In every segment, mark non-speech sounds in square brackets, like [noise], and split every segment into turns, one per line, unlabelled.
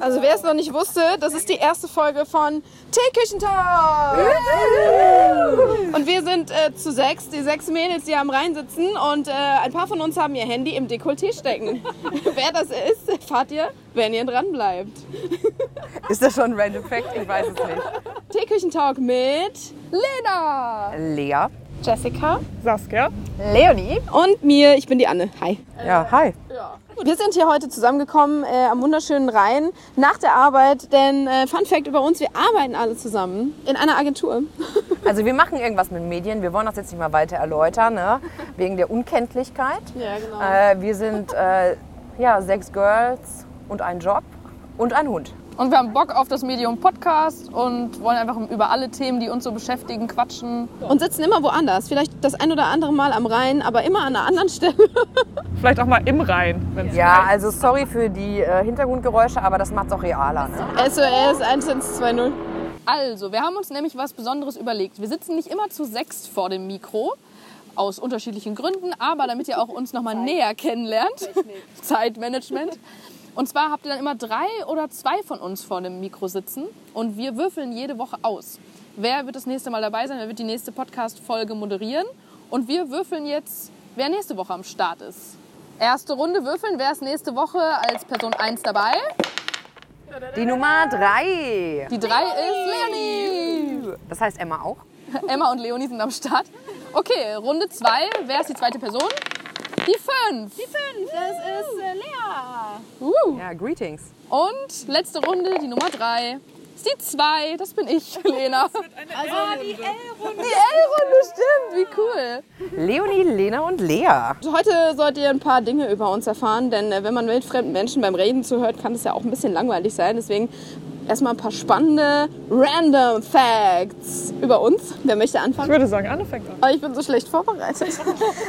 Also wer es noch nicht wusste, das ist die erste Folge von Teeküchentalk. Und wir sind äh, zu sechs, die sechs Mädels, die am Rhein sitzen und äh, ein paar von uns haben ihr Handy im Dekolleté stecken. [laughs] wer das ist, erfahrt ihr, wenn ihr dran bleibt.
Ist das schon ein Random Fact? Ich weiß es nicht.
Teeküchentalk mit Lena,
Lea.
Jessica
Saskia.
Leonie.
und mir. Ich bin die Anne. Hi.
Ja, hi.
Wir sind hier heute zusammengekommen äh, am wunderschönen Rhein nach der Arbeit, denn äh, Fun Fact über uns, wir arbeiten alle zusammen in einer Agentur.
Also wir machen irgendwas mit Medien. Wir wollen das jetzt nicht mal weiter erläutern, ne? wegen der Unkenntlichkeit.
Ja, genau.
Äh, wir sind äh, ja, sechs Girls und ein Job und ein Hund.
Und wir haben Bock auf das Medium Podcast und wollen einfach über alle Themen, die uns so beschäftigen, quatschen.
Und sitzen immer woanders, vielleicht das ein oder andere Mal am Rhein, aber immer an einer anderen Stelle. [laughs]
Vielleicht auch mal im Rhein, wenn es
Ja, also sorry für die äh, Hintergrundgeräusche, aber das macht's auch realer. Ne?
SOS 1120.
Also, wir haben uns nämlich was Besonderes überlegt. Wir sitzen nicht immer zu sechst vor dem Mikro. Aus unterschiedlichen Gründen, aber damit ihr auch uns nochmal näher kennenlernt. [laughs] Zeitmanagement. Und zwar habt ihr dann immer drei oder zwei von uns vor dem Mikro sitzen und wir würfeln jede Woche aus. Wer wird das nächste Mal dabei sein? Wer wird die nächste Podcast-Folge moderieren? Und wir würfeln jetzt, wer nächste Woche am Start ist. Erste Runde würfeln. Wer ist nächste Woche als Person 1 dabei?
Die Nummer drei.
Die 3 ist Leonie.
Das heißt Emma auch.
Emma und Leonie sind am Start. Okay, Runde 2. Wer ist die zweite Person? Die
Das
5.
ist äh, Lea.
Uh.
Ja, greetings.
Und letzte Runde, die Nummer 3. Ist die 2. Das bin ich, [laughs] Lena. Ah, die L-Runde, stimmt. Wie cool.
Leonie, Lena und Lea.
Heute sollt ihr ein paar Dinge über uns erfahren, denn äh, wenn man wildfremden Menschen beim Reden zuhört, kann es ja auch ein bisschen langweilig sein. Deswegen erstmal ein paar spannende Random Facts über uns. Wer möchte anfangen?
Ich würde sagen, Anne fängt an.
Aber ich bin so schlecht vorbereitet. [laughs]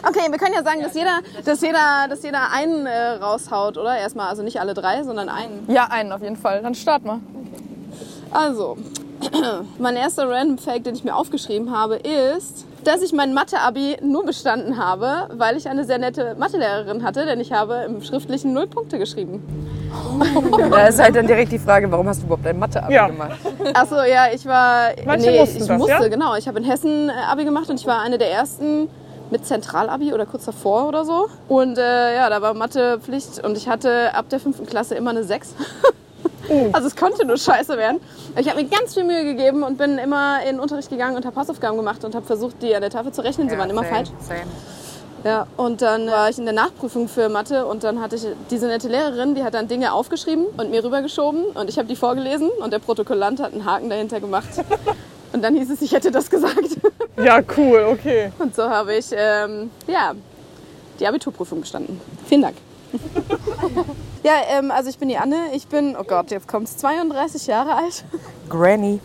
Okay, wir können ja sagen, dass jeder, dass jeder, dass jeder einen äh, raushaut, oder? Erstmal, also nicht alle drei, sondern einen.
Ja, einen auf jeden Fall. Dann start mal.
Also, [clears throat] mein erster Random Fact, den ich mir aufgeschrieben habe, ist, dass ich mein Mathe-Abi nur bestanden habe, weil ich eine sehr nette Mathelehrerin hatte, denn ich habe im Schriftlichen null Punkte geschrieben.
Da ist halt dann direkt die Frage, warum hast du überhaupt dein Mathe-Abi
Ja.
gemacht?
Achso, ja, ich war.
Manche mussten
ich
das,
musste,
ja?
genau. Ich habe in Hessen äh, Abi gemacht und ich war eine der ersten mit Zentralabi oder kurz davor oder so. Und äh, ja, da war Mathe Pflicht und ich hatte ab der fünften Klasse immer eine
[laughs]
6.
Oh.
Also es konnte nur scheiße werden. Ich habe mir ganz viel Mühe gegeben und bin immer in den Unterricht gegangen und habe Hausaufgaben gemacht und habe versucht, die an der Tafel zu rechnen. Sie waren immer falsch.
Same.
Ja, und dann war ich in der Nachprüfung für Mathe und dann hatte ich diese nette Lehrerin, die hat dann Dinge aufgeschrieben und mir rübergeschoben und ich habe die vorgelesen und der Protokollant hat einen Haken dahinter gemacht. Und dann hieß es, ich hätte das gesagt. [laughs]
Ja, cool, okay.
Und so habe ich, ähm, ja, die Abiturprüfung bestanden. Vielen Dank. ja, ähm, also ich bin die Anne. Ich bin, oh Gott, jetzt kommt's, 32 Jahre alt.
Granny.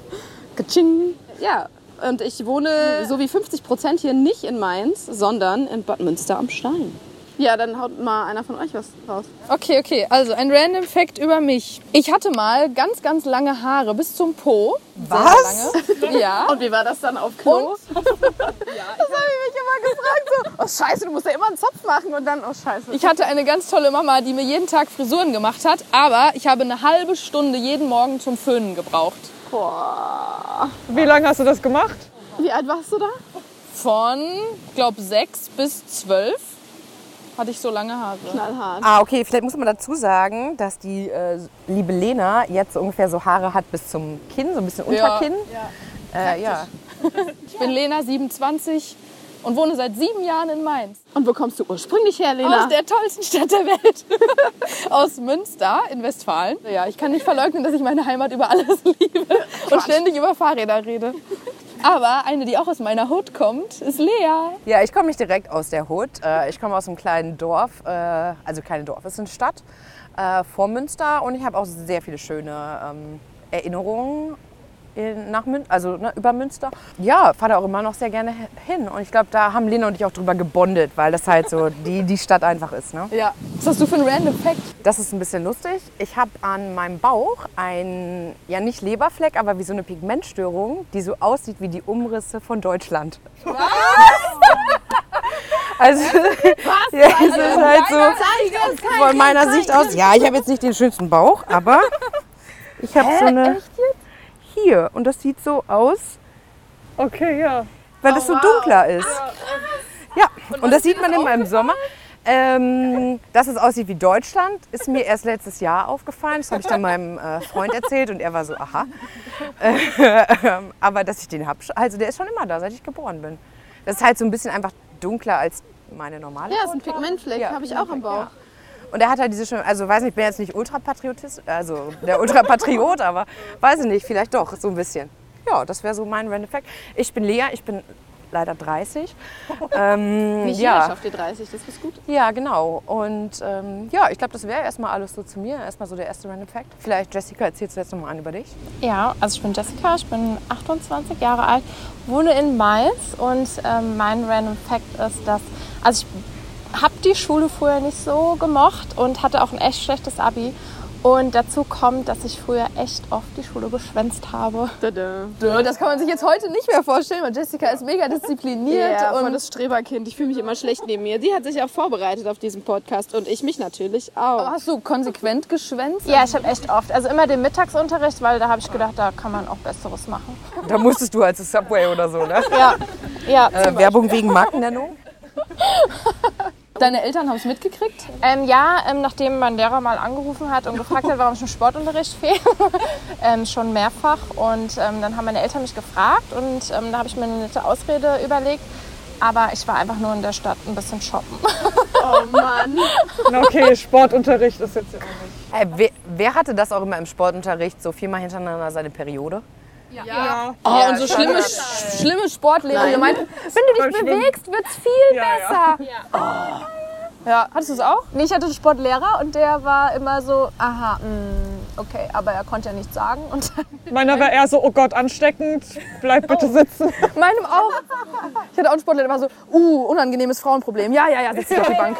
Kaching. Ja, und ich wohne so wie 50 Prozent hier nicht in Mainz, sondern in Bad Münster am Stein. Ja, dann haut mal einer von euch was raus.
Okay, okay. Also ein random Fact über mich. Ich hatte mal ganz, ganz lange Haare bis zum Po.
Was?
Lange. Ja.
Und wie war das dann auf
[laughs]
Klo?
Und?
Ah. das habe ich mich immer gefragt. So, oh Scheiße, du musst ja immer einen Zopf machen und dann, oh Scheiße.
Ich hatte eine ganz tolle Mama, die mir jeden Tag Frisuren gemacht hat, aber ich habe eine halbe Stunde jeden Morgen zum Föhnen gebraucht.
Boah.
Wie lange hast du das gemacht?
Wie alt warst du da?
Von, glaube sechs bis zwölf hatte ich so lange Haare.
Knallhart.
Ah, okay, vielleicht muss man dazu sagen, dass die äh, liebe Lena jetzt so ungefähr so Haare hat bis zum Kinn, so ein bisschen
Ja.
Unterkinn. Ja. Äh, ja.
Ich bin Lena, 27 und wohne seit sieben Jahren in Mainz.
Und wo kommst du ursprünglich her, Lena?
Aus der tollsten Stadt der Welt. [laughs] Aus Münster in Westfalen. Ja,
[laughs]
ich kann nicht verleugnen, dass ich meine Heimat über alles [laughs] liebe und ständig über Fahrräder rede. Aber eine, die auch aus meiner Hut kommt, ist Lea.
ja, ich komme nicht direkt aus der Hut. Äh, ich komme aus einem kleinen Dorf, äh, also kleine Dorf, es ist eine Stadt äh, vor Münster und ich habe auch sehr viele schöne ähm, Erinnerungen. In, nach Mün also ne, über Münster. Ja, fahre da auch immer noch sehr gerne hin. Und ich glaube, da haben Lena und ich auch drüber gebondet, weil das halt so die, die Stadt einfach ist. Ne?
Ja. Was hast du für ein random Fact?
Das ist ein bisschen lustig. Ich habe an meinem Bauch einen, ja nicht Leberfleck, aber wie so eine Pigmentstörung, die so aussieht wie die Umrisse von Deutschland. Also, Was? [laughs] Ja, es ist halt so von meiner Sicht aus, ja, ich habe jetzt nicht den schönsten Bauch, aber Ich habe so eine. Hier. Und das sieht so aus,
Okay, ja.
weil
Oh,
das so dunkler ist.
Ah,
Ja, und, das sieht man immer im Sommer. Ähm, dass es aussieht wie Deutschland, ist mir erst letztes Jahr aufgefallen. Das habe ich dann meinem äh, Freund erzählt und er war so, aha. Äh, aber dass ich den habe, also der ist schon immer da, seit ich geboren bin. Das ist halt so ein bisschen einfach dunkler als meine normale
Ja, ist ein
Hautfarbe.
Pigmentfleck,
Ja,
habe ich auch am Bauch.
Und er hat halt diese schöne, also weiß nicht, ich bin jetzt nicht Ultrapatriotist, also der Ultrapatriot, aber weiß ich nicht, vielleicht doch, so ein bisschen. Ja, das wäre so mein Random Fact. Ich bin Lea, ich bin leider 30. Ähm,
Nicht jeder
ja.
schafft die 30, das ist gut.
ja, genau. Und ähm, ja, ich glaube, das wäre erstmal alles so zu mir. Erstmal so der erste Random Fact. Vielleicht, Jessica, erzählst du jetzt nochmal an über dich.
Ja, also ich bin Jessica, ich bin 28 Jahre alt, wohne in Mainz und ähm, mein Random Fact ist, dass, also ich habe die Schule früher nicht so gemocht und hatte auch ein echt schlechtes Abi. Und dazu kommt, dass ich früher echt oft die Schule geschwänzt habe.
Tada.
Dö, Das kann man sich jetzt heute nicht mehr vorstellen, weil Jessica ist mega diszipliniert
Ja, voll
und
das Streberkind. Ich fühle mich immer schlecht neben mir. Sie hat sich auch vorbereitet auf diesen Podcast und ich mich natürlich auch.
Oh, hast du konsequent geschwänzt?
Ja, ich habe echt oft, also immer den Mittagsunterricht, weil da habe ich gedacht, da kann man auch Besseres machen.
Da musstest du als Subway oder so, ne?
Ja, ja.
Äh, Werbung wegen Markennennung.
Deine Eltern haben es mitgekriegt?
Ähm, ja, ähm, nachdem mein Lehrer mal angerufen hat und gefragt hat, warum ich im Sportunterricht [laughs] fehle, ähm, schon mehrfach. Und ähm, dann haben meine Eltern mich gefragt und ähm, da habe ich mir eine nette Ausrede überlegt. Aber ich war einfach nur in der Stadt ein bisschen shoppen. [laughs]
Oh Mann.
Na, okay, Sportunterricht ist jetzt ja auch nicht.
Äh, wer, wer hatte das auch immer im Sportunterricht, so viermal hintereinander seine Periode?
Oh, und so schlimme, sch- schlimme Sportlehrer meinten, wenn
Beim
du dich
Schwimmen.
bewegst, wird's viel
Ja, ja.
besser. Ja. hattest du es auch?
Nee, ich hatte einen Sportlehrer und der war immer so, aha, mh, okay, aber er konnte ja nichts sagen. Und [laughs]
Meiner war eher so, oh Gott, ansteckend, bleib bitte
Oh.
sitzen. [laughs]
Meinem auch. Ich hatte auch einen Sportlehrer, der war so, uh, unangenehmes Frauenproblem. Ja, ja, ja, setz dich auf die Bank.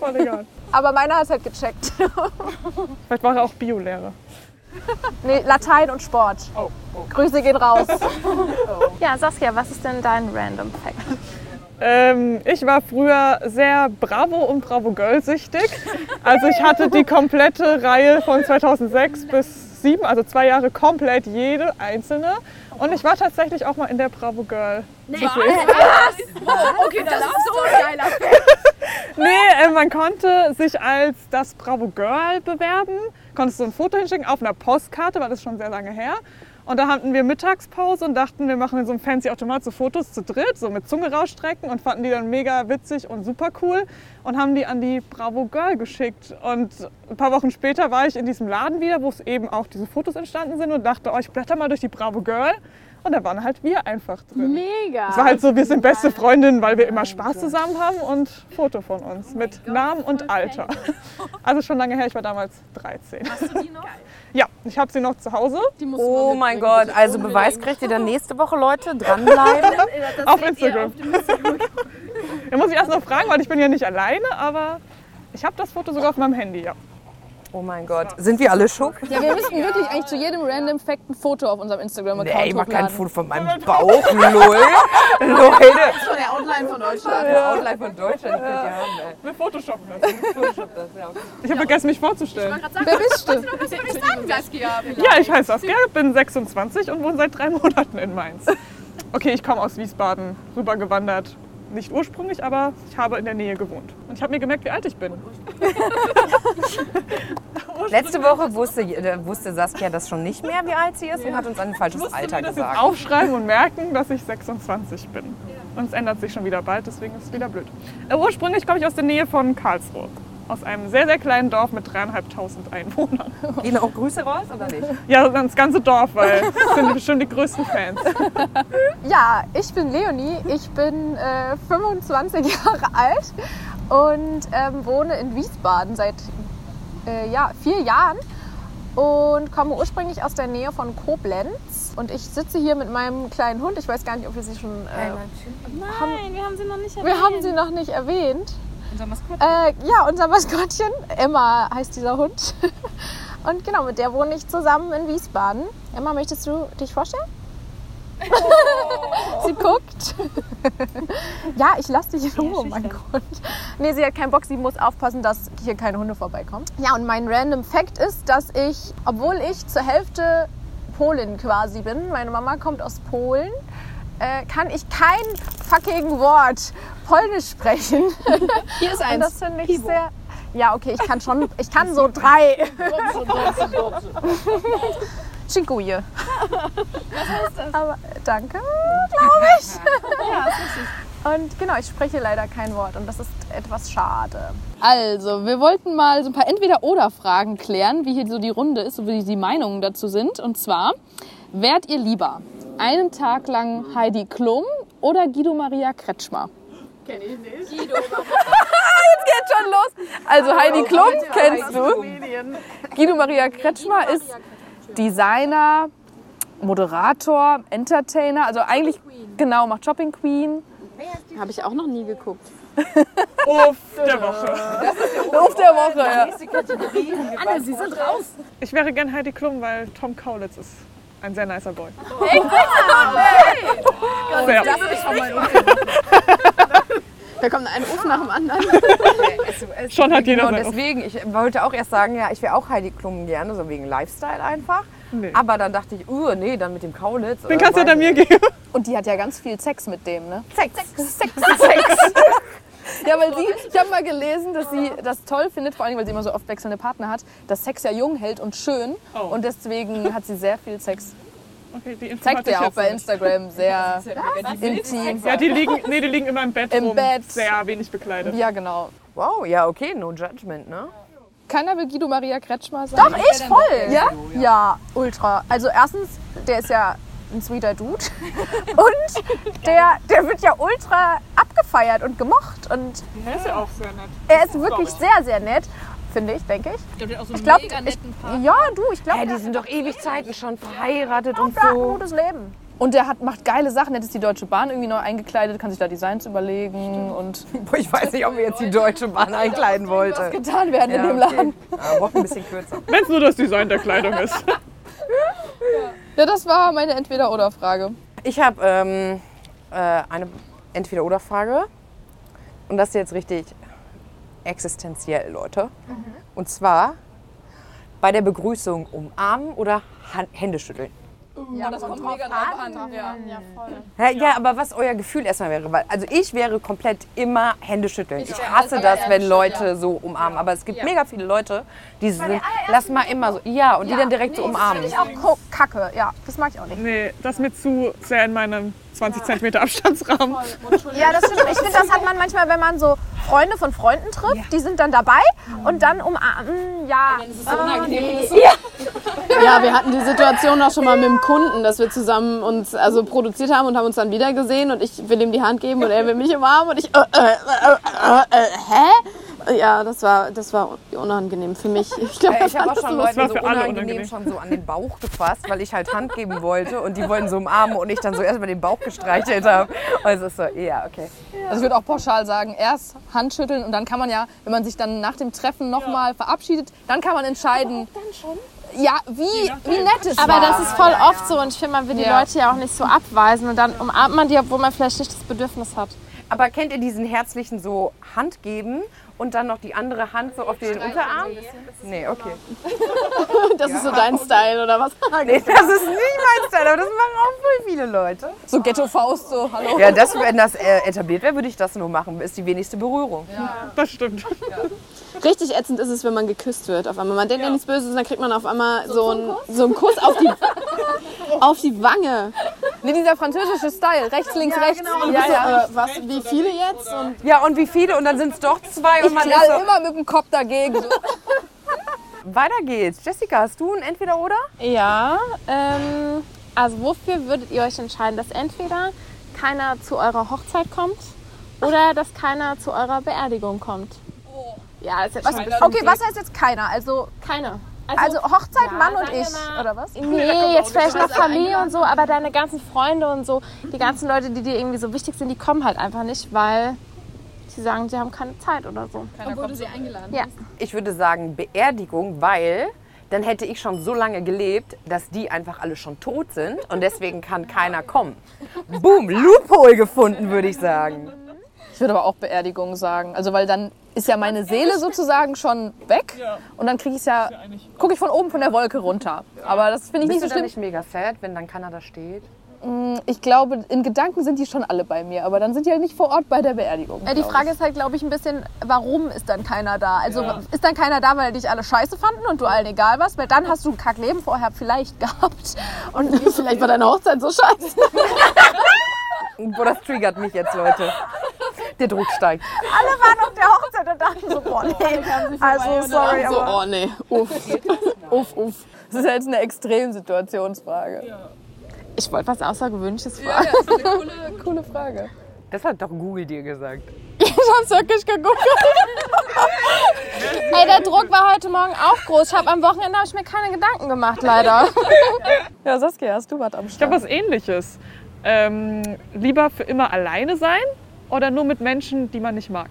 Voll egal.
aber meiner hat es halt gecheckt.
[laughs] Vielleicht war er auch Biolehrer.
Nee, Latein und Sport. Grüße gehen raus. Ja, Saskia, was ist denn dein Random Fact?
Ähm, ich war früher sehr Bravo und Bravo Girl süchtig. Also ich hatte die komplette Reihe von 2006 bis 7, also zwei Jahre komplett jede einzelne. Und ich war tatsächlich auch mal in der Bravo Girl. Nee, äh, man konnte sich als das Bravo Girl bewerben, konntest so ein Foto hinschicken auf einer Postkarte, weil das ist schon sehr lange her. Und da hatten wir Mittagspause und dachten, wir machen in so einem fancy Automat so Fotos zu dritt, so mit Zunge rausstrecken und fanden die dann mega witzig und super cool und haben die an die Bravo Girl geschickt. Und ein paar Wochen später war ich in diesem Laden wieder, wo es eben auch diese Fotos entstanden sind und dachte, oh, ich blätter mal durch die Bravo Girl. Und da waren halt wir einfach drin. Es war
Mega.
halt so, wir sind beste Freundinnen, weil wir immer Spaß zusammen haben und Foto von uns mit Namen und Alter. [laughs] Also schon lange her, ich war damals 13. Hast du die noch? Ja, ich habe sie noch zu Hause
Oh mein Gott, also Beweis kriegt ihr [laughs] dann nächste Woche, Leute. Dranbleiben.
eh auf Instagram. [laughs] Da muss ich erst noch fragen, weil ich bin ja nicht alleine, aber ich habe das Foto sogar auf meinem Handy, ja.
[laughs] Oh mein Gott. Sind wir alle schock?
Ja, wir müssten wirklich eigentlich zu jedem Random Fact ein Foto auf unserem Instagram-Account
Nee, ich mach kein
hochladen.
Foto von meinem Bauch, lol. Leute.
Von der Outline von Deutschland.
Outline von Deutschland. Ja.
Wir photoshoppen das. Ich habe vergessen, mich vorzustellen.
Wer bist du?
Ja, ich heiße Saskia, bin 26 und wohne seit drei [laughs] Monaten in Mainz. Okay, ich komme aus Wiesbaden, rübergewandert. Nicht ursprünglich, aber ich habe in der Nähe gewohnt. Und ich habe mir gemerkt, wie alt ich bin.
[laughs] Letzte Woche wusste, äh, wusste Saskia das schon nicht mehr, wie alt sie ist und hat uns ein falsches
Ich musste
Alter
mir das jetzt
gesagt.
aufschreiben und merken, dass ich 26 bin. Und es ändert sich schon wieder bald, deswegen ist es wieder blöd. Äh, ursprünglich komme ich aus der Nähe von Karlsruhe. Aus einem sehr, sehr kleinen Dorf mit dreieinhalbtausend Einwohnern.
Gehen auch Grüße raus oder nicht?
Ja, das ganze Dorf, weil das sind bestimmt die größten Fans.
Ja, ich bin Leonie, ich bin äh, 25 [laughs] Jahre alt und ähm, wohne in Wiesbaden seit äh, ja, vier Jahren und komme ursprünglich aus der Nähe von Koblenz. Und ich sitze hier mit meinem kleinen Hund. Ich weiß gar nicht, ob wir sie schon. Äh,
Nein, wir haben sie noch nicht erwähnt.
wir haben sie noch nicht erwähnt. Unser Maskottchen. Äh, ja, unser Maskottchen. Emma heißt dieser Hund. [laughs] Und genau, mit der wohne ich zusammen in Wiesbaden. Emma, möchtest du dich vorstellen? sie guckt. ja, ich lasse dich in Ruhe, mein Gott. Nee, sie hat keinen Bock, sie muss aufpassen, dass hier keine Hunde vorbeikommen. Ja, und mein random Fact ist, dass ich, obwohl ich zur Hälfte Polin quasi bin, meine Mama kommt aus Polen, äh, kann ich kein fucking Wort Polnisch sprechen.
Hier ist
Und das
eins.
finde ich sehr. Ja, okay, ich kann schon, ich kann so drei. [laughs] Dziękuję. Was heißt das? Aber danke, glaube ich. Und genau, ich spreche leider kein Wort und das ist etwas schade.
Also, wir wollten mal so ein paar Entweder-Oder-Fragen klären, wie hier so die Runde ist und wie die Meinungen dazu sind. Und zwar, wärt ihr lieber einen Tag lang Heidi Klum oder Guido Maria Kretschmer?
[laughs] Geht schon los. Also Heidi Klum kennst du. Guido Maria Kretschmer ist Designer, Moderator, Entertainer. Also eigentlich genau macht Shopping Queen.
Habe ich auch noch nie geguckt.
Uff, der Woche.
Auf der Woche. Ja.
Ich wäre gern Heidi Klum, weil Tom Kaulitz ist ein sehr nicer Boy. Sehr.
Da kommt ein Ruf nach dem anderen.
Schon hat jeder
Genau
sein Uff.
deswegen. Ich wollte auch erst sagen, ja, ich wäre auch Heidi Klum gerne, so wegen Lifestyle einfach.
Nee.
Aber dann dachte ich, uh, nee, dann mit dem Kaulitz.
Den kannst du ja dann mir geben.
Und die hat ja ganz viel Sex mit dem, ne?
Sex, Sex, [laughs] Sex.
Ja, weil sie, ich habe mal gelesen, dass sie das toll findet, vor allem, weil sie immer so oft wechselnde Partner hat, dass Sex ja jung hält und schön.
Oh.
Und deswegen hat sie sehr
[laughs]
viel Sex.
Okay, die Info
Zeigt
hatte ich
ja auch
jetzt
bei
nicht.
Instagram sehr intim.
Ja, die liegen, nee, die liegen immer im Bett
Im
rum.
Bett.
Sehr wenig bekleidet.
Ja, genau.
Wow, ja, okay, no judgment, ne?
Keiner will Guido Maria Kretschmer sein.
Doch, ich voll. Ja? Ja, ultra. Also erstens, der ist ja ein sweeter Dude. [laughs] Und der, der wird ja ultra abgefeiert und gemocht. Und
Der ist ja auch sehr nett.
er ist wirklich sehr, sehr nett. Finde ich, denke ich. Ich glaube, ich Ja, du, ich glaube,
Hey,
der
die sind doch Ewigkeiten schon verheiratet und
hat ein
so.
gutes Leben.
Und der hat, macht geile Sachen. Der hat jetzt die Deutsche Bahn irgendwie neu eingekleidet, kann sich da Designs überlegen und
Boah, ich weiß nicht, ob ihr jetzt die Deutsche Bahn einkleiden wollte.
getan werden in dem Laden.
Aber braucht ein bisschen kürzer.
Wenn es nur das Design der Kleidung ist.
Ja, das war meine Entweder-Oder-Frage.
Ich habe ähm, äh, eine Entweder-Oder-Frage. Und das ist jetzt richtig existenziell, Leute.
Mhm.
Und zwar bei der Begrüßung umarmen oder Han Hände schütteln.
Ja, Uh, das kommt mega drauf an. Ja.
Ja, ja, aber was euer Gefühl erstmal wäre, weil also ich wäre komplett immer Hände schütteln. Ich hasse das, wenn Leute so umarmen. Aber es gibt mega viele Leute, die sind, lass mal immer so, ja, und die dann direkt so umarmen.
Auch Ko- Kacke, ja, das mag ich auch nicht.
Nee, das ist mir zu sehr in meinem 20 Zentimeter Abstandsrahmen.
Ja, das stimmt. Ich finde, das hat man manchmal, wenn man so Freunde von Freunden trifft, die sind dann dabei und dann umarmen, ja. Ah,
Ja, wir hatten die Situation auch schon mal mit dem Kunden, dass wir zusammen uns also produziert haben und haben uns dann wieder gesehen und ich will ihm die Hand geben und er will mich umarmen und ich äh, äh, äh, äh, äh, hä? Ja, das war das war unangenehm für mich. Ich glaube,
Äh, Ich habe auch
[laughs]
schon Leute so
war für alle
unangenehm,
unangenehm.
schon so an den Bauch gefasst, weil ich halt Hand geben wollte und die wollten so umarmen und ich dann so erstmal den Bauch gestreichelt habe. Also ist so, ja, okay.
Also ich würde auch pauschal sagen, erst Handschütteln und dann kann man ja, wenn man sich dann nach dem Treffen nochmal verabschiedet, dann kann
[laughs]
man entscheiden. dann schon? Ja, wie, wie nett es
Aber
war.
das ist voll oft so und ich finde, man will die
Ja.
Leute ja auch nicht so abweisen und dann umarmt man die, obwohl man vielleicht nicht das Bedürfnis hat.
Aber kennt ihr diesen herzlichen so Hand geben und dann noch die andere Hand so auf den Unterarm? Nee, okay.
das ist so dein Style oder was?
[laughs] Nee, das ist nicht mein Style, aber das machen auch voll viele Leute.
so Ghetto-Faust, so hallo.
Ja, das, wenn das äh, etabliert wäre, würde ich das nur machen. Ist die wenigste Berührung.
Das stimmt.
Richtig ätzend ist es, wenn man geküsst wird auf einmal. Man denkt ja, nichts Böses und dann kriegt man auf einmal so, einen, so einen Kuss auf die,
[laughs]
auf die Wange.
Nee, dieser französische Style, rechts, links, rechts.
Genau,
Und du
Ja,
bist
ja.
So, äh, was, wie viele jetzt? Und
Ja, und wie viele? Und dann sind es doch zwei und
Ich
man ist
knall
so.
immer mit dem Kopf dagegen. So.
[laughs] Weiter geht's. Jessica, hast du ein Entweder-Oder?
Ja, ähm, also wofür würdet ihr euch entscheiden, dass entweder keiner zu eurer Hochzeit kommt oder dass keiner zu eurer Beerdigung kommt? Ja, das ist jetzt schon
Was, okay, was heißt jetzt keiner? Also,
keiner.
also Hochzeit, Mann und
sagen wir
ich,
mal-
oder was?
Nee, jetzt vielleicht noch Familie und so, aber deine ganzen Freunde und so, die ganzen Leute, die dir irgendwie so wichtig sind, die kommen halt einfach nicht, weil sie sagen, sie haben keine Zeit oder so.
Ich würde sagen Beerdigung, weil dann hätte ich schon so lange gelebt, dass die einfach alle schon tot sind und deswegen kann keiner kommen. Boom, Loophole gefunden, würde ich sagen.
Ich würde aber auch Beerdigung sagen. Also weil dann ist ja meine Seele sozusagen schon weg und dann kriege ich ja, gucke ich von oben von der Wolke runter. Aber das finde ich
Bist
nicht
du
so
dann
schlimm.
nicht mega sad, wenn dann keiner da steht?
Ich glaube, in Gedanken sind die schon alle bei mir, aber dann sind die ja nicht vor Ort bei der Beerdigung.
Ja, die Frage ist halt, glaube ich, ein bisschen, warum ist dann keiner da? Also ist dann keiner da, weil dich alle scheiße fanden und du allen egal warst? Weil dann hast du ein Kackleben vorher vielleicht [laughs] gehabt. Und [laughs]
Vielleicht war deine Hochzeit so scheiße.
Boah, das triggert mich jetzt, Leute. Der Druck steigt.
alle waren auf der Hochzeit und dachten so, boah, nee. Also, sorry,
So,
aber...
oh nee, uff. uff, uff.
Das ist ja jetzt eine Extremsituationsfrage. Ja.
Ich wollte was Außergewöhnliches fragen.
das ist eine coole, coole Frage.
Das hat doch Google dir gesagt.
Ich hab's wirklich geguckt. Ey, der Druck war heute Morgen auch groß. Ich hab am Wochenende hab ich mir keine Gedanken gemacht, leider.
Ja, Saskia, hast du was am Start?
Ich habe was ähnliches. Ähm, lieber für immer alleine sein oder nur mit Menschen, die man nicht mag?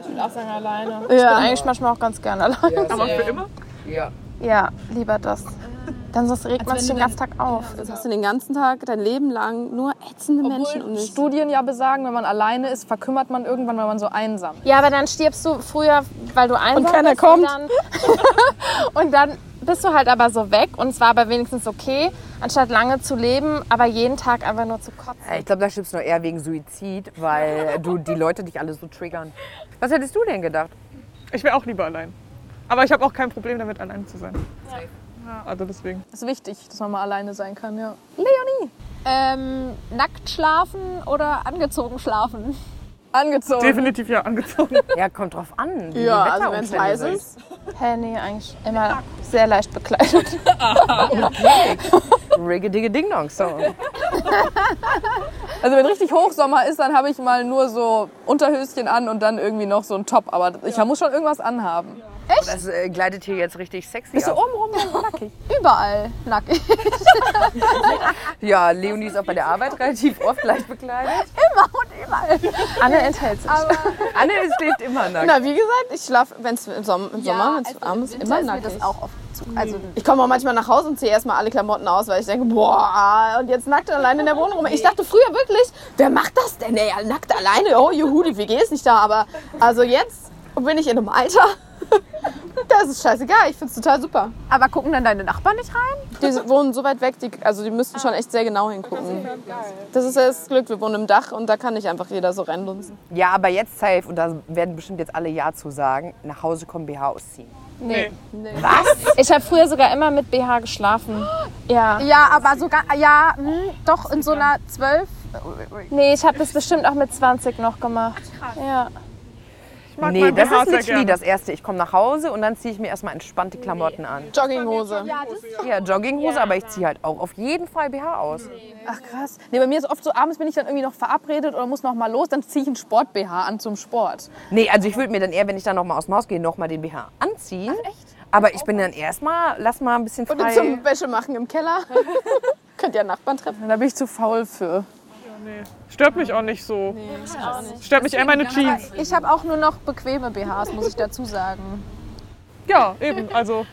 Ich bin eigentlich manchmal auch ganz gerne allein.
Aber für immer?
Ja, lieber das. Dann
Also
sonst regt man sich den ganzen Tag auf.
Du hast du den ganzen Tag, dein Leben lang nur ätzende Menschen um
Obwohl
dich.
Studien ja besagen, wenn man alleine ist, verkümmert man irgendwann, weil man so einsam ist.
Ja, aber dann stirbst du früher, weil du einsam
keiner
bist.
kommt.
Und dann, und dann bist du halt aber so weg und es war aber wenigstens okay, anstatt lange zu leben, aber jeden Tag einfach nur zu kotzen.
Äh, Ich glaube, da stirbst du nur eher wegen Suizid, weil du die Leute dich alle so triggern. Was hättest du denn gedacht?
Ich wäre auch lieber allein. Aber ich habe auch kein Problem damit, allein zu sein. Ja, also deswegen.
Das ist wichtig, dass man mal alleine sein kann, ja.
Ähm, nackt schlafen oder angezogen schlafen?
Angezogen.
Definitiv ja angezogen.
Ja, kommt drauf an. wie
Ja,
die
also wenn es
Wetterumstände
heiß
sind.
ist.
Hä, nee, eigentlich immer sehr leicht bekleidet.
Riggedige Ding Dong Song.
Also wenn richtig Hochsommer ist, dann habe ich mal nur so Unterhöschen an und dann irgendwie noch so einen Top. Aber ich muss schon irgendwas anhaben.
Das äh, gleitet hier jetzt richtig sexy
Bist du
ab.
oben rum dann knackig?
Überall nackt.
Ja, Leonie ist auch bei der Arbeit relativ oft leicht bekleidet.
Anne enthält sich.
Anne ist lebt immer nackt.
Na, wie gesagt, ich schlafe, wenn es im Sommer, also im Sommer wenn's abends immer nackt ist.
auch oft zu. Also,
Ich komme auch manchmal nach Hause und ziehe erstmal alle Klamotten aus, weil ich denke, boah, und jetzt nackt alleine in der Wohnung rum. Ich dachte früher wirklich, wer macht das denn? Ey, nackt alleine, oh juhu, die WG ist nicht da. Aber also jetzt bin ich in einem Alter. [laughs] Das ist scheißegal, ich find's total super.
[laughs] aber gucken dann deine Nachbarn nicht rein?
Die wohnen so weit weg, die, also die müssten schon echt sehr genau hingucken. Das ist ja das Glück, wir wohnen im Dach und da kann nicht einfach jeder so reinlunzen.
Ja, aber jetzt safe, und da werden bestimmt jetzt alle Ja zu sagen, nach Hause kommen, BH ausziehen.
Ich habe früher sogar immer mit BH geschlafen. Ja.
Ja, aber sogar, ja, hm, doch in so einer 12.
Nee, ich habe das bestimmt auch mit 20 noch gemacht. Ja.
Ich mag
Nee,
mein
das
BH
ist
sehr
nicht wie
gerne.
das erste. Ich komme nach Hause und dann ziehe ich mir erstmal entspannte Klamotten an.
Jogginghose.
Ja, Jogginghose, aber ich ziehe halt auch auf jeden Fall BH aus.
Ach krass. Nee, bei mir ist oft so, abends bin ich dann irgendwie noch verabredet oder muss noch mal los, dann ziehe ich einen Sport-BH an zum Sport.
Nee, also ich würde mir dann eher, wenn ich dann nochmal aus dem Haus gehe, nochmal den BH anziehen. Aber ich bin dann erstmal, lass mal ein bisschen
Und dann
frei.
zum Wäsche machen im Keller.
[laughs]
[laughs] Könnt ihr Nachbarn treffen.
Da bin ich zu faul für.
Nee. Stört mich auch nicht so. Stört mich eher meine Jeans.
Ich habe auch nur noch bequeme BHs, muss ich dazu sagen.
Ja, eben. Also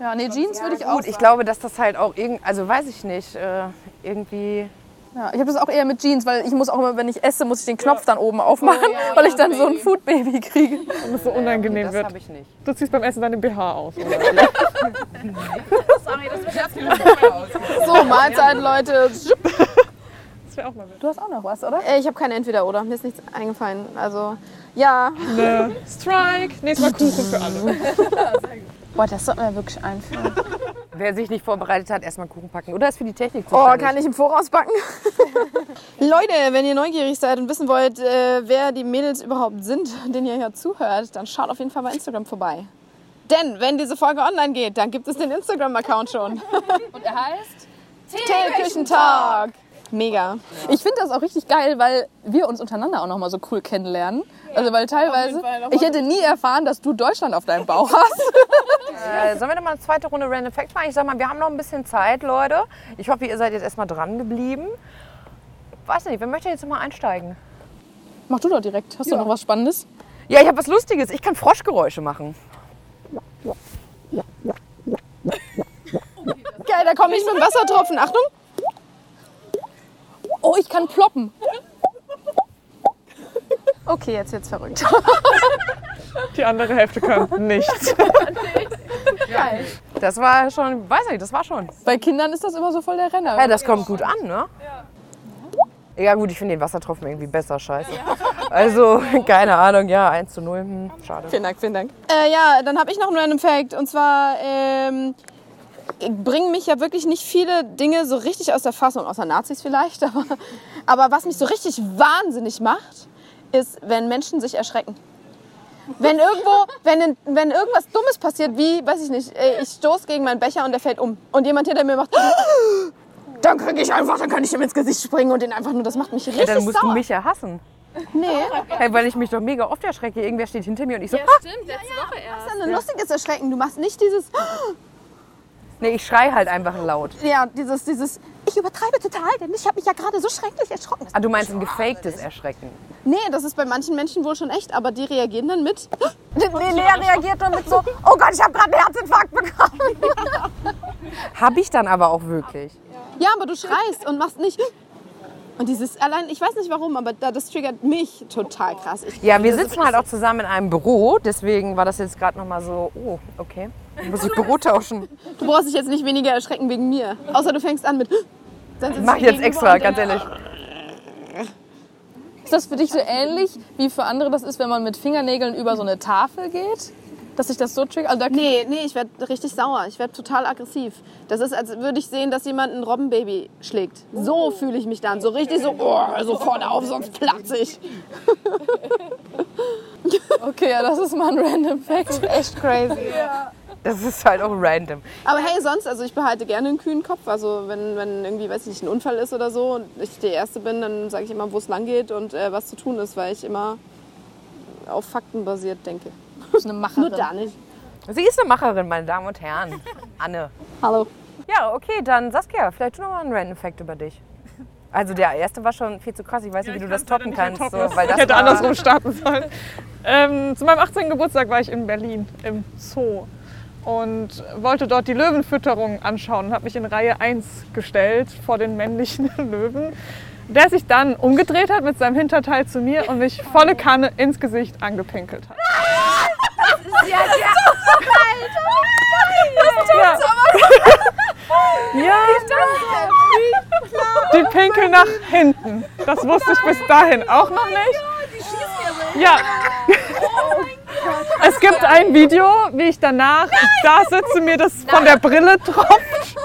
Ja, nee, Jeans würde ich auch.
Gut, ich glaube, dass das halt auch irgend, also weiß ich nicht, äh, irgendwie.
Ja, ich habe das auch eher mit Jeans, weil ich muss auch immer, wenn ich esse, muss ich den Knopf dann oben
Oh
aufmachen, weil ich dann so ein Food-Baby kriege.
wenn es so unangenehm
das
wird.
habe ich nicht.
Du ziehst beim Essen deinen BH aus. Oder?
So, Mahlzeit, Leute.
Das wäre auch mal witzig.
Du hast auch noch was, oder?
Äh, Ich habe kein Entweder-Oder. Mir ist nichts eingefallen. Also, ja.
Ne. Strike. Nächstes Mal Kuchen für alle.
Boah, das sollte mir wirklich einfallen.
Wer sich nicht vorbereitet hat, erstmal Kuchen packen. Oder ist für die Technik
Oh,
zuständig.
kann ich im Voraus backen? [laughs] Leute, wenn ihr neugierig seid und wissen wollt, äh, wer die Mädels überhaupt sind, [laughs] denen ihr hier zuhört, dann schaut auf jeden Fall bei Instagram vorbei. Denn wenn diese Folge online geht, dann gibt es den Instagram-Account [laughs] schon.
Und er heißt?
Teeküchentalk. Mega.
Ich finde das auch richtig geil, weil wir uns untereinander auch nochmal so cool kennenlernen. Also weil teilweise, ich hätte nie erfahren, dass du Deutschland auf deinem
[laughs]
Bauch hast.
Äh, sollen wir noch mal eine zweite Runde Random Facts machen? Ich sag mal, wir haben noch ein bisschen Zeit, Leute. Ich hoffe, ihr seid jetzt erstmal dran geblieben. Weiß nicht, wer möchte jetzt noch mal einsteigen?
Mach du doch direkt. Hast du noch was Spannendes?
Ja, ich habe was Lustiges. Ich kann Froschgeräusche machen.
Geil, da komme ich mit dem Wassertropfen. Achtung.
Oh, ich kann ploppen.
Okay, jetzt wird's verrückt.
Die andere Hälfte kann nichts.
Das war schon, weiß nicht, das war schon.
Bei Kindern ist das immer so voll der Renner.
Hey, das kommt gut an, ne? Ja. Ja gut, ich finde den Wassertropfen irgendwie besser, scheiße. [laughs] Also, keine Ahnung, ja, 1 zu 0, hm, schade.
Vielen Dank, vielen Dank. Äh, ja, dann habe ich noch einen random Fact. Und zwar ähm, bringen mich ja wirklich nicht viele Dinge so richtig aus der Fassung, außer Nazis vielleicht. [laughs] Aber, aber was mich so richtig wahnsinnig macht, ist, wenn Menschen sich erschrecken. Wenn irgendwo, wenn, wenn irgendwas Dummes passiert, wie, weiß ich nicht, äh, ich stoße gegen meinen Becher und der fällt um. Und jemand hinter mir macht, [gasps] dann kriege ich einfach, dann kann ich ihm ins Gesicht springen und den einfach nur, das macht mich richtig
Ja, dann musst
sauer.
du mich ja hassen.
nee.
Hey, weil ich mich doch mega oft erschrecke. Irgendwer steht hinter mir und ich so, ah!
Stimmt, letzte Woche erst.
Das ist ein lustiges Erschrecken. Du machst nicht dieses,
Nee, ich schrei halt einfach laut.
ja, dieses, dieses, ich übertreibe total, denn ich habe mich ja gerade so schrecklich erschrocken.
Ah, du meinst ein gefaktes Erschrecken.
Nee, das ist bei manchen Menschen wohl schon echt, aber die reagieren dann mit. oh
Hab ich dann aber auch wirklich.
Ja, aber du schreist und machst nicht. Und dieses, allein, ich weiß nicht warum, aber da- das triggert mich total krass. Ich,
Ja, wir sitzen halt auch zusammen in einem Büro, deswegen war das jetzt gerade nochmal so, oh, okay. Dann Muss ich Büro tauschen?
du brauchst dich jetzt nicht weniger erschrecken wegen mir. Außer du fängst an mit. Dann sitzt
Mach ich
du
jetzt
gegenüber
extra,
und
ganz ehrlich.
Ist das für dich so ähnlich, wie für andere das ist, wenn man mit Fingernägeln über so eine Tafel geht? Dass sich das so triggert? Also da
Nee, nee, ich werde richtig sauer. Ich werde total aggressiv. Das ist, als würde ich sehen, dass jemand ein Robbenbaby schlägt. So fühle ich mich dann. So richtig so, oh, sofort auf, sonst platze ich.
Okay, ja, das ist mal ein random Fact.
Echt crazy.
Das ist halt auch random.
Aber hey, sonst, also ich behalte gerne einen kühlen Kopf. Also wenn, wenn irgendwie, weiß ich nicht, ein Unfall ist oder so und ich die Erste bin, dann sage ich immer, wo es lang geht und äh, was zu tun ist, weil ich immer auf Fakten basiert denke.
Das ist eine Macherin.
Nur da nicht.
Sie ist eine Macherin, meine Damen und Herren. Anne.
Hallo.
Ja, okay, dann Saskia, vielleicht tu noch mal einen random Fact über dich. Also der erste war schon viel zu krass. Ich weiß nicht, wie du das toppen kannst. so, weil das
ich hätte
war-
andersrum starten sollen. [laughs] Ähm, zu meinem 18. Geburtstag war ich in Berlin im Zoo und wollte dort die Löwenfütterung anschauen und habe mich in Reihe 1 gestellt vor den männlichen [laughs] Löwen, der sich dann umgedreht hat mit seinem Hinterteil zu mir und mich volle Kanne ins Gesicht angepinkelt hat. [laughs] Ja, die Pinkel nach hinten. Das wusste ich bis dahin auch noch nicht. Ja. Es gibt ein Video, wie ich danach da sitze, mir das von der Brille tropft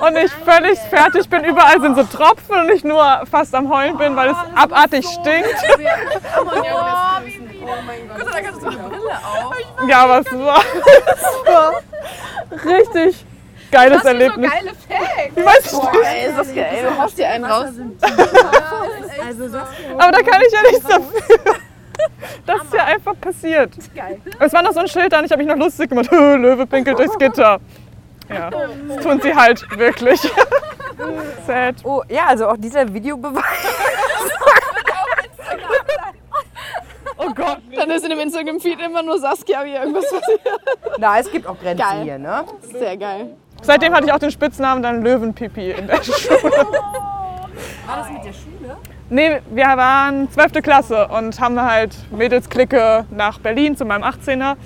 und ich völlig fertig bin. Überall sind so Tropfen und ich nur fast am Heulen bin, weil es abartig stinkt. Oh, Ja, aber es war, [laughs] es war richtig geiles Erlebnis.
Geile Fact.
Ich weiß nicht.
Ey, Saskia, ey, du haust dir einen raus.
Aber da kann ich ja nichts dafür. [laughs] Das ist ja einfach passiert. Es war noch so ein Schild da und ich habe mich noch lustig gemacht. "Hö, Löwe pinkelt durchs Gitter. Ja, das tun sie halt wirklich. [laughs] Sad.
Oh, ja, also auch dieser
[laughs]
Videobeweis.
Oh Gott.
Dann ist in dem Instagram-Feed immer nur Saskia, wie irgendwas [laughs] passiert.
Na, es gibt auch Grenzen
Geil.
hier, ne?
Sehr geil.
Seitdem hatte ich auch den Spitznamen dann Löwenpipi in [laughs] der Schule. War das mit der Schule? Nee, wir waren 12. Klasse und haben halt Mädelsklicke nach Berlin zu meinem 18er.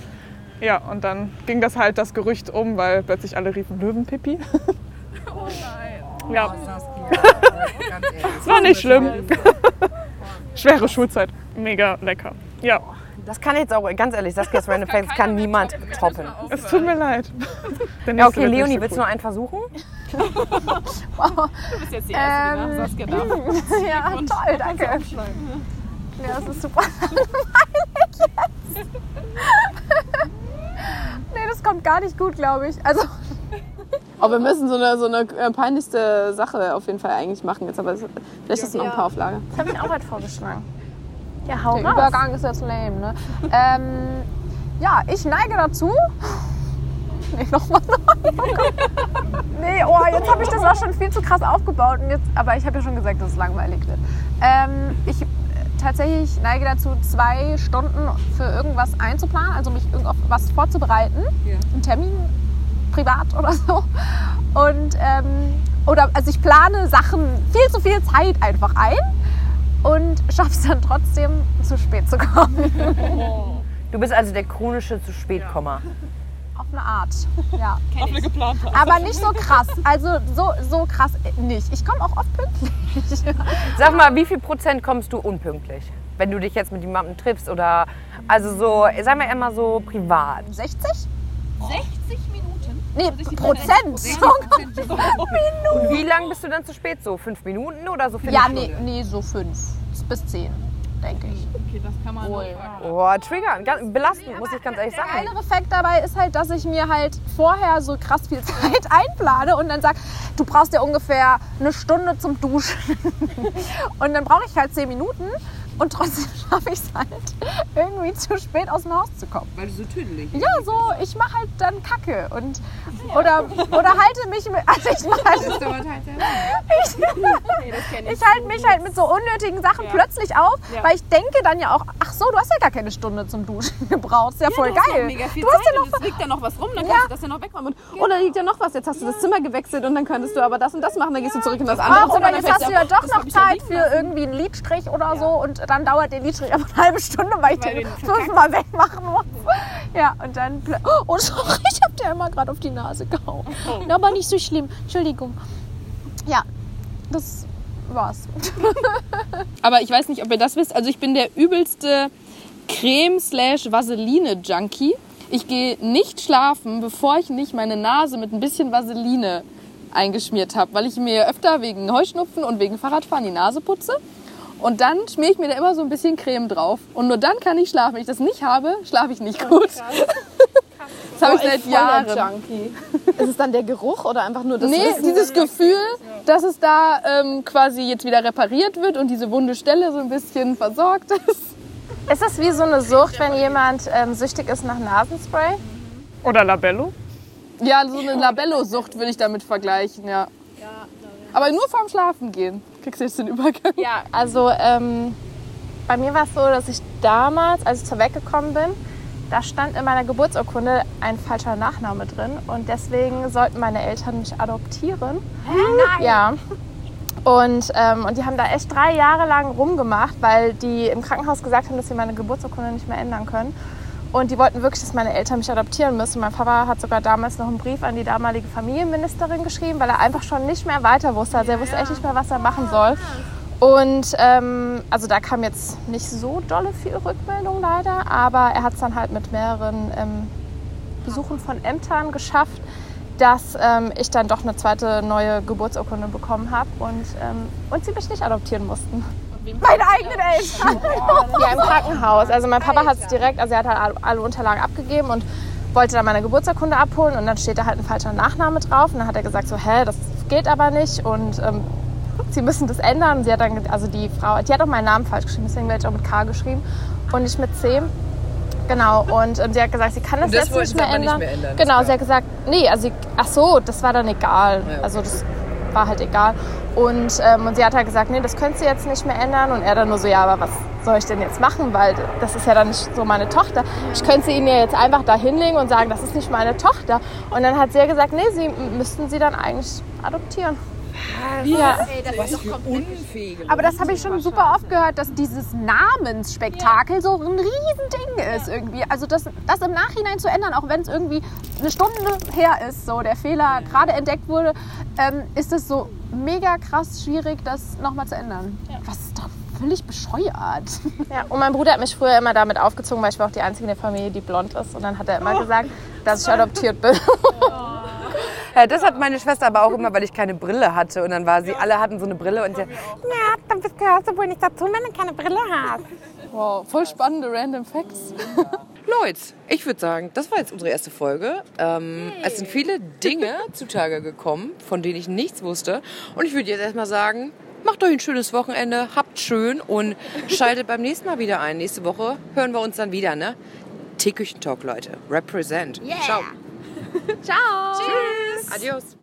Ja, und dann ging das halt das Gerücht um, weil plötzlich alle riefen Löwenpipi. [laughs] Oh nein. Oh, Ja, es war nicht schlimm. [laughs] Schwere Schulzeit. Mega lecker. Ja,
Das kann jetzt auch, ganz ehrlich, Saskia's Random Facts kann niemand toppen.
es tut mir [laughs] leid.
Ja,
Der nächste
okay,
wird nicht
Leonie,
so
willst du
cool.
noch einen versuchen?
Ähm, ja, toll, danke. Ja, das ist super
[laughs]
langweilig jetzt. Nee, das kommt gar nicht gut, glaube ich. Also,
Aber wir müssen so eine, so eine äh, peinlichste Sache auf jeden Fall eigentlich machen jetzt. Aber es- vielleicht ist es noch ein paar Auflage.
das haben wir auch halt vorgeschlagen. Ja, hau
Der Übergang ist jetzt lame,
[laughs]
ne? ähm, ja, ich neige dazu. [laughs] Nee, nochmal.
[laughs]
nee, oh, jetzt habe ich das auch schon viel zu krass aufgebaut. Und jetzt, aber ich habe ja schon gesagt, dass es langweilig wird. Ähm, ich tatsächlich neige dazu, zwei Stunden für irgendwas einzuplanen, also mich irgend- auf was vorzubereiten. Einen Termin privat oder so. Und ähm, oder also ich plane Sachen viel zu viel Zeit einfach ein und schaffe es dann trotzdem zu spät zu kommen. [laughs]
Du bist also der chronische zu spät Kommer.
Auf eine Art. Ja.
Auf eine geplante Art.
Aber nicht so krass. Also so, so krass äh, nicht. Ich komme auch oft pünktlich. [laughs]
Sag mal, wie viel Prozent kommst du unpünktlich? Wenn du dich jetzt mit jemandem triffst oder also so, sagen wir immer so privat.
60? 60
Oh. Also
Minuten? Nee, Prozent. [laughs]
Und wie lang bist du dann zu spät? So fünf Minuten oder so?
Ja, nee, nee, so 5 bis 10, denke ich.
Oh, Trigger, ganz belastend, muss ich ganz ehrlich
Der
sagen.
andere Effekt dabei ist halt, dass ich mir halt vorher so krass viel [laughs] Zeit einplane und dann sag, du brauchst ja ungefähr eine Stunde zum Duschen. [laughs] Und dann brauche ich halt 10 Minuten und trotzdem [laughs] schaffe ich es halt, irgendwie zu spät aus dem Haus zu kommen. Weil du so tüdelig Ja, so, ich mache halt dann Kacke und oder, oder halte mich mit, [laughs] also ich mache halt,
äh, [laughs]
[laughs] ich, ich halte mich halt mit so unnötigen Sachen plötzlich auf, weil ich denke dann ja auch, ach so, du hast ja gar keine Stunde zum Duschen [laughs] gebraucht, ist ja, voll
du hast
geil.
Noch mega viel
du hast
Zeit
ja noch
und es liegt da noch was rum, dann kannst du das ja noch wegräumen. Und, Oh, da liegt ja noch was, jetzt hast du das Zimmer gewechselt und dann könntest du aber das und das machen, dann gehst du zurück in das andere
Ach,
Zimmer.
oder
dann
jetzt
fällst
hast du ja
auf,
doch
oh, das
noch
hab ich ja
Zeit
liegen
für
lassen.
irgendwie einen Liedstrich oder so und dann dauert der Liedstrich aber eine halbe Stunde, weil ich den fünfmal wegmachen muss. Ja, und dann... plö- Oh, sorry, ich hab dir einmal gerade auf die Nase gehauen.
Oh.
Na, Aber nicht so schlimm. Entschuldigung. Ja, das war's.
Aber ich weiß nicht, ob ihr das wisst. Also ich bin der übelste Creme-Vaseline-Junkie. Ich gehe nicht schlafen, bevor ich nicht meine Nase mit ein bisschen Vaseline eingeschmiert habe, weil ich mir öfter wegen Heuschnupfen und wegen Fahrradfahren die Nase putze. Und dann schmier ich mir da immer so ein bisschen Creme drauf. Und nur dann kann ich schlafen. Wenn ich das nicht habe, schlafe ich nicht gut. [laughs] Das habe ich seit Jahren.
Junkie. Ist es dann der Geruch oder einfach nur das
Nee,
Wissen?
dieses Gefühl, dass es da ähm, quasi jetzt wieder repariert wird und diese wunde Stelle so ein bisschen versorgt ist.
Ist das wie so eine Sucht, wenn jemand ähm, süchtig ist nach Nasenspray?
Oder Labello.
Ja, so eine Labello-Sucht würde ich damit vergleichen, ja. Aber nur vorm Schlafen gehen. Kriegst du jetzt den Übergang?
Ja, also ähm, bei mir war es so, dass ich damals, als ich zur Welt gekommen bin, da stand in meiner Geburtsurkunde ein falscher Nachname drin und deswegen sollten meine Eltern mich adoptieren. Nein. Ja. Und, ähm, und die haben da echt drei Jahre lang rumgemacht, weil die im Krankenhaus gesagt haben, dass sie meine Geburtsurkunde nicht mehr ändern können. Und die wollten wirklich, dass meine Eltern mich adoptieren müssen. Mein Papa hat sogar damals noch einen Brief an die damalige Familienministerin geschrieben, weil er einfach schon nicht mehr weiter wusste. Also er wusste echt nicht mehr, was er machen soll. Und ähm, also da kam jetzt nicht so dolle viel Rückmeldung leider, aber er hat es dann halt mit mehreren ähm, Besuchen von Ämtern geschafft, dass ähm, ich dann doch eine zweite neue Geburtsurkunde bekommen habe und, ähm, und sie mich nicht adoptieren mussten.
Meine eigenen Eltern.
Ja, im Krankenhaus. Also mein Papa hat es direkt, also er hat halt alle- alle Unterlagen abgegeben und wollte dann meine Geburtsurkunde abholen und dann steht da halt ein falscher Nachname drauf und dann hat er gesagt so, hä, das geht aber nicht und ähm, sie müssen das ändern. Und sie hat dann, ge- also die Frau, die hat auch meinen Namen falsch geschrieben, deswegen werde ich auch mit K geschrieben und nicht mit C. Genau, und ähm, sie hat gesagt, sie kann das,
das
jetzt
wollten
nicht
sie
mehr,
aber nicht
ändern.
mehr ändern,
Genau,
klar.
sie hat gesagt, nee, also sie, ach so, das war dann egal.
okay.
Also das war halt egal. Und, ähm, und sie hat halt gesagt, nee, das könnt ihr jetzt nicht mehr ändern. Und er dann nur so, ja, aber was soll ich denn jetzt machen? Weil das ist ja dann nicht so meine Tochter. Ich könnte sie ihnen ja jetzt einfach da hinlegen und sagen, das ist nicht meine Tochter. Und dann hat sie ja gesagt, nee, sie m- müssten sie dann eigentlich adoptieren.
Aber das habe ich schon super oft gehört, dass dieses Namensspektakel so ein Riesending ist irgendwie. Also das, das im Nachhinein zu ändern, auch wenn es irgendwie eine Stunde her ist, so der Fehler gerade entdeckt wurde, ähm, ist es so mega krass schwierig, das nochmal zu ändern. Was ist doch völlig bescheuert.
Ja, und mein Bruder hat mich früher immer damit aufgezogen, weil ich war auch die Einzige in der Familie, die blond ist. Und dann hat er immer gesagt, dass ich adoptiert bin.
Ja, das hat meine Schwester aber auch immer, weil ich keine Brille hatte. Und dann war sie, alle hatten so eine Brille und sie, na, dann bist- gehörst du wohl nicht dazu, wenn du keine Brille hast.
Wow, voll spannende Random Facts.
Leute, ich würde sagen, das war jetzt unsere erste Folge. Ähm, Es sind viele Dinge [laughs] zutage gekommen, von denen ich nichts wusste. Und ich würde jetzt erstmal sagen, macht euch ein schönes Wochenende, habt schön und schaltet beim nächsten Mal wieder ein. Nächste Woche hören wir uns dann wieder, ne? Teeküchentalk, Leute. Represent. Ciao. Ciao. Tschüss. Adios.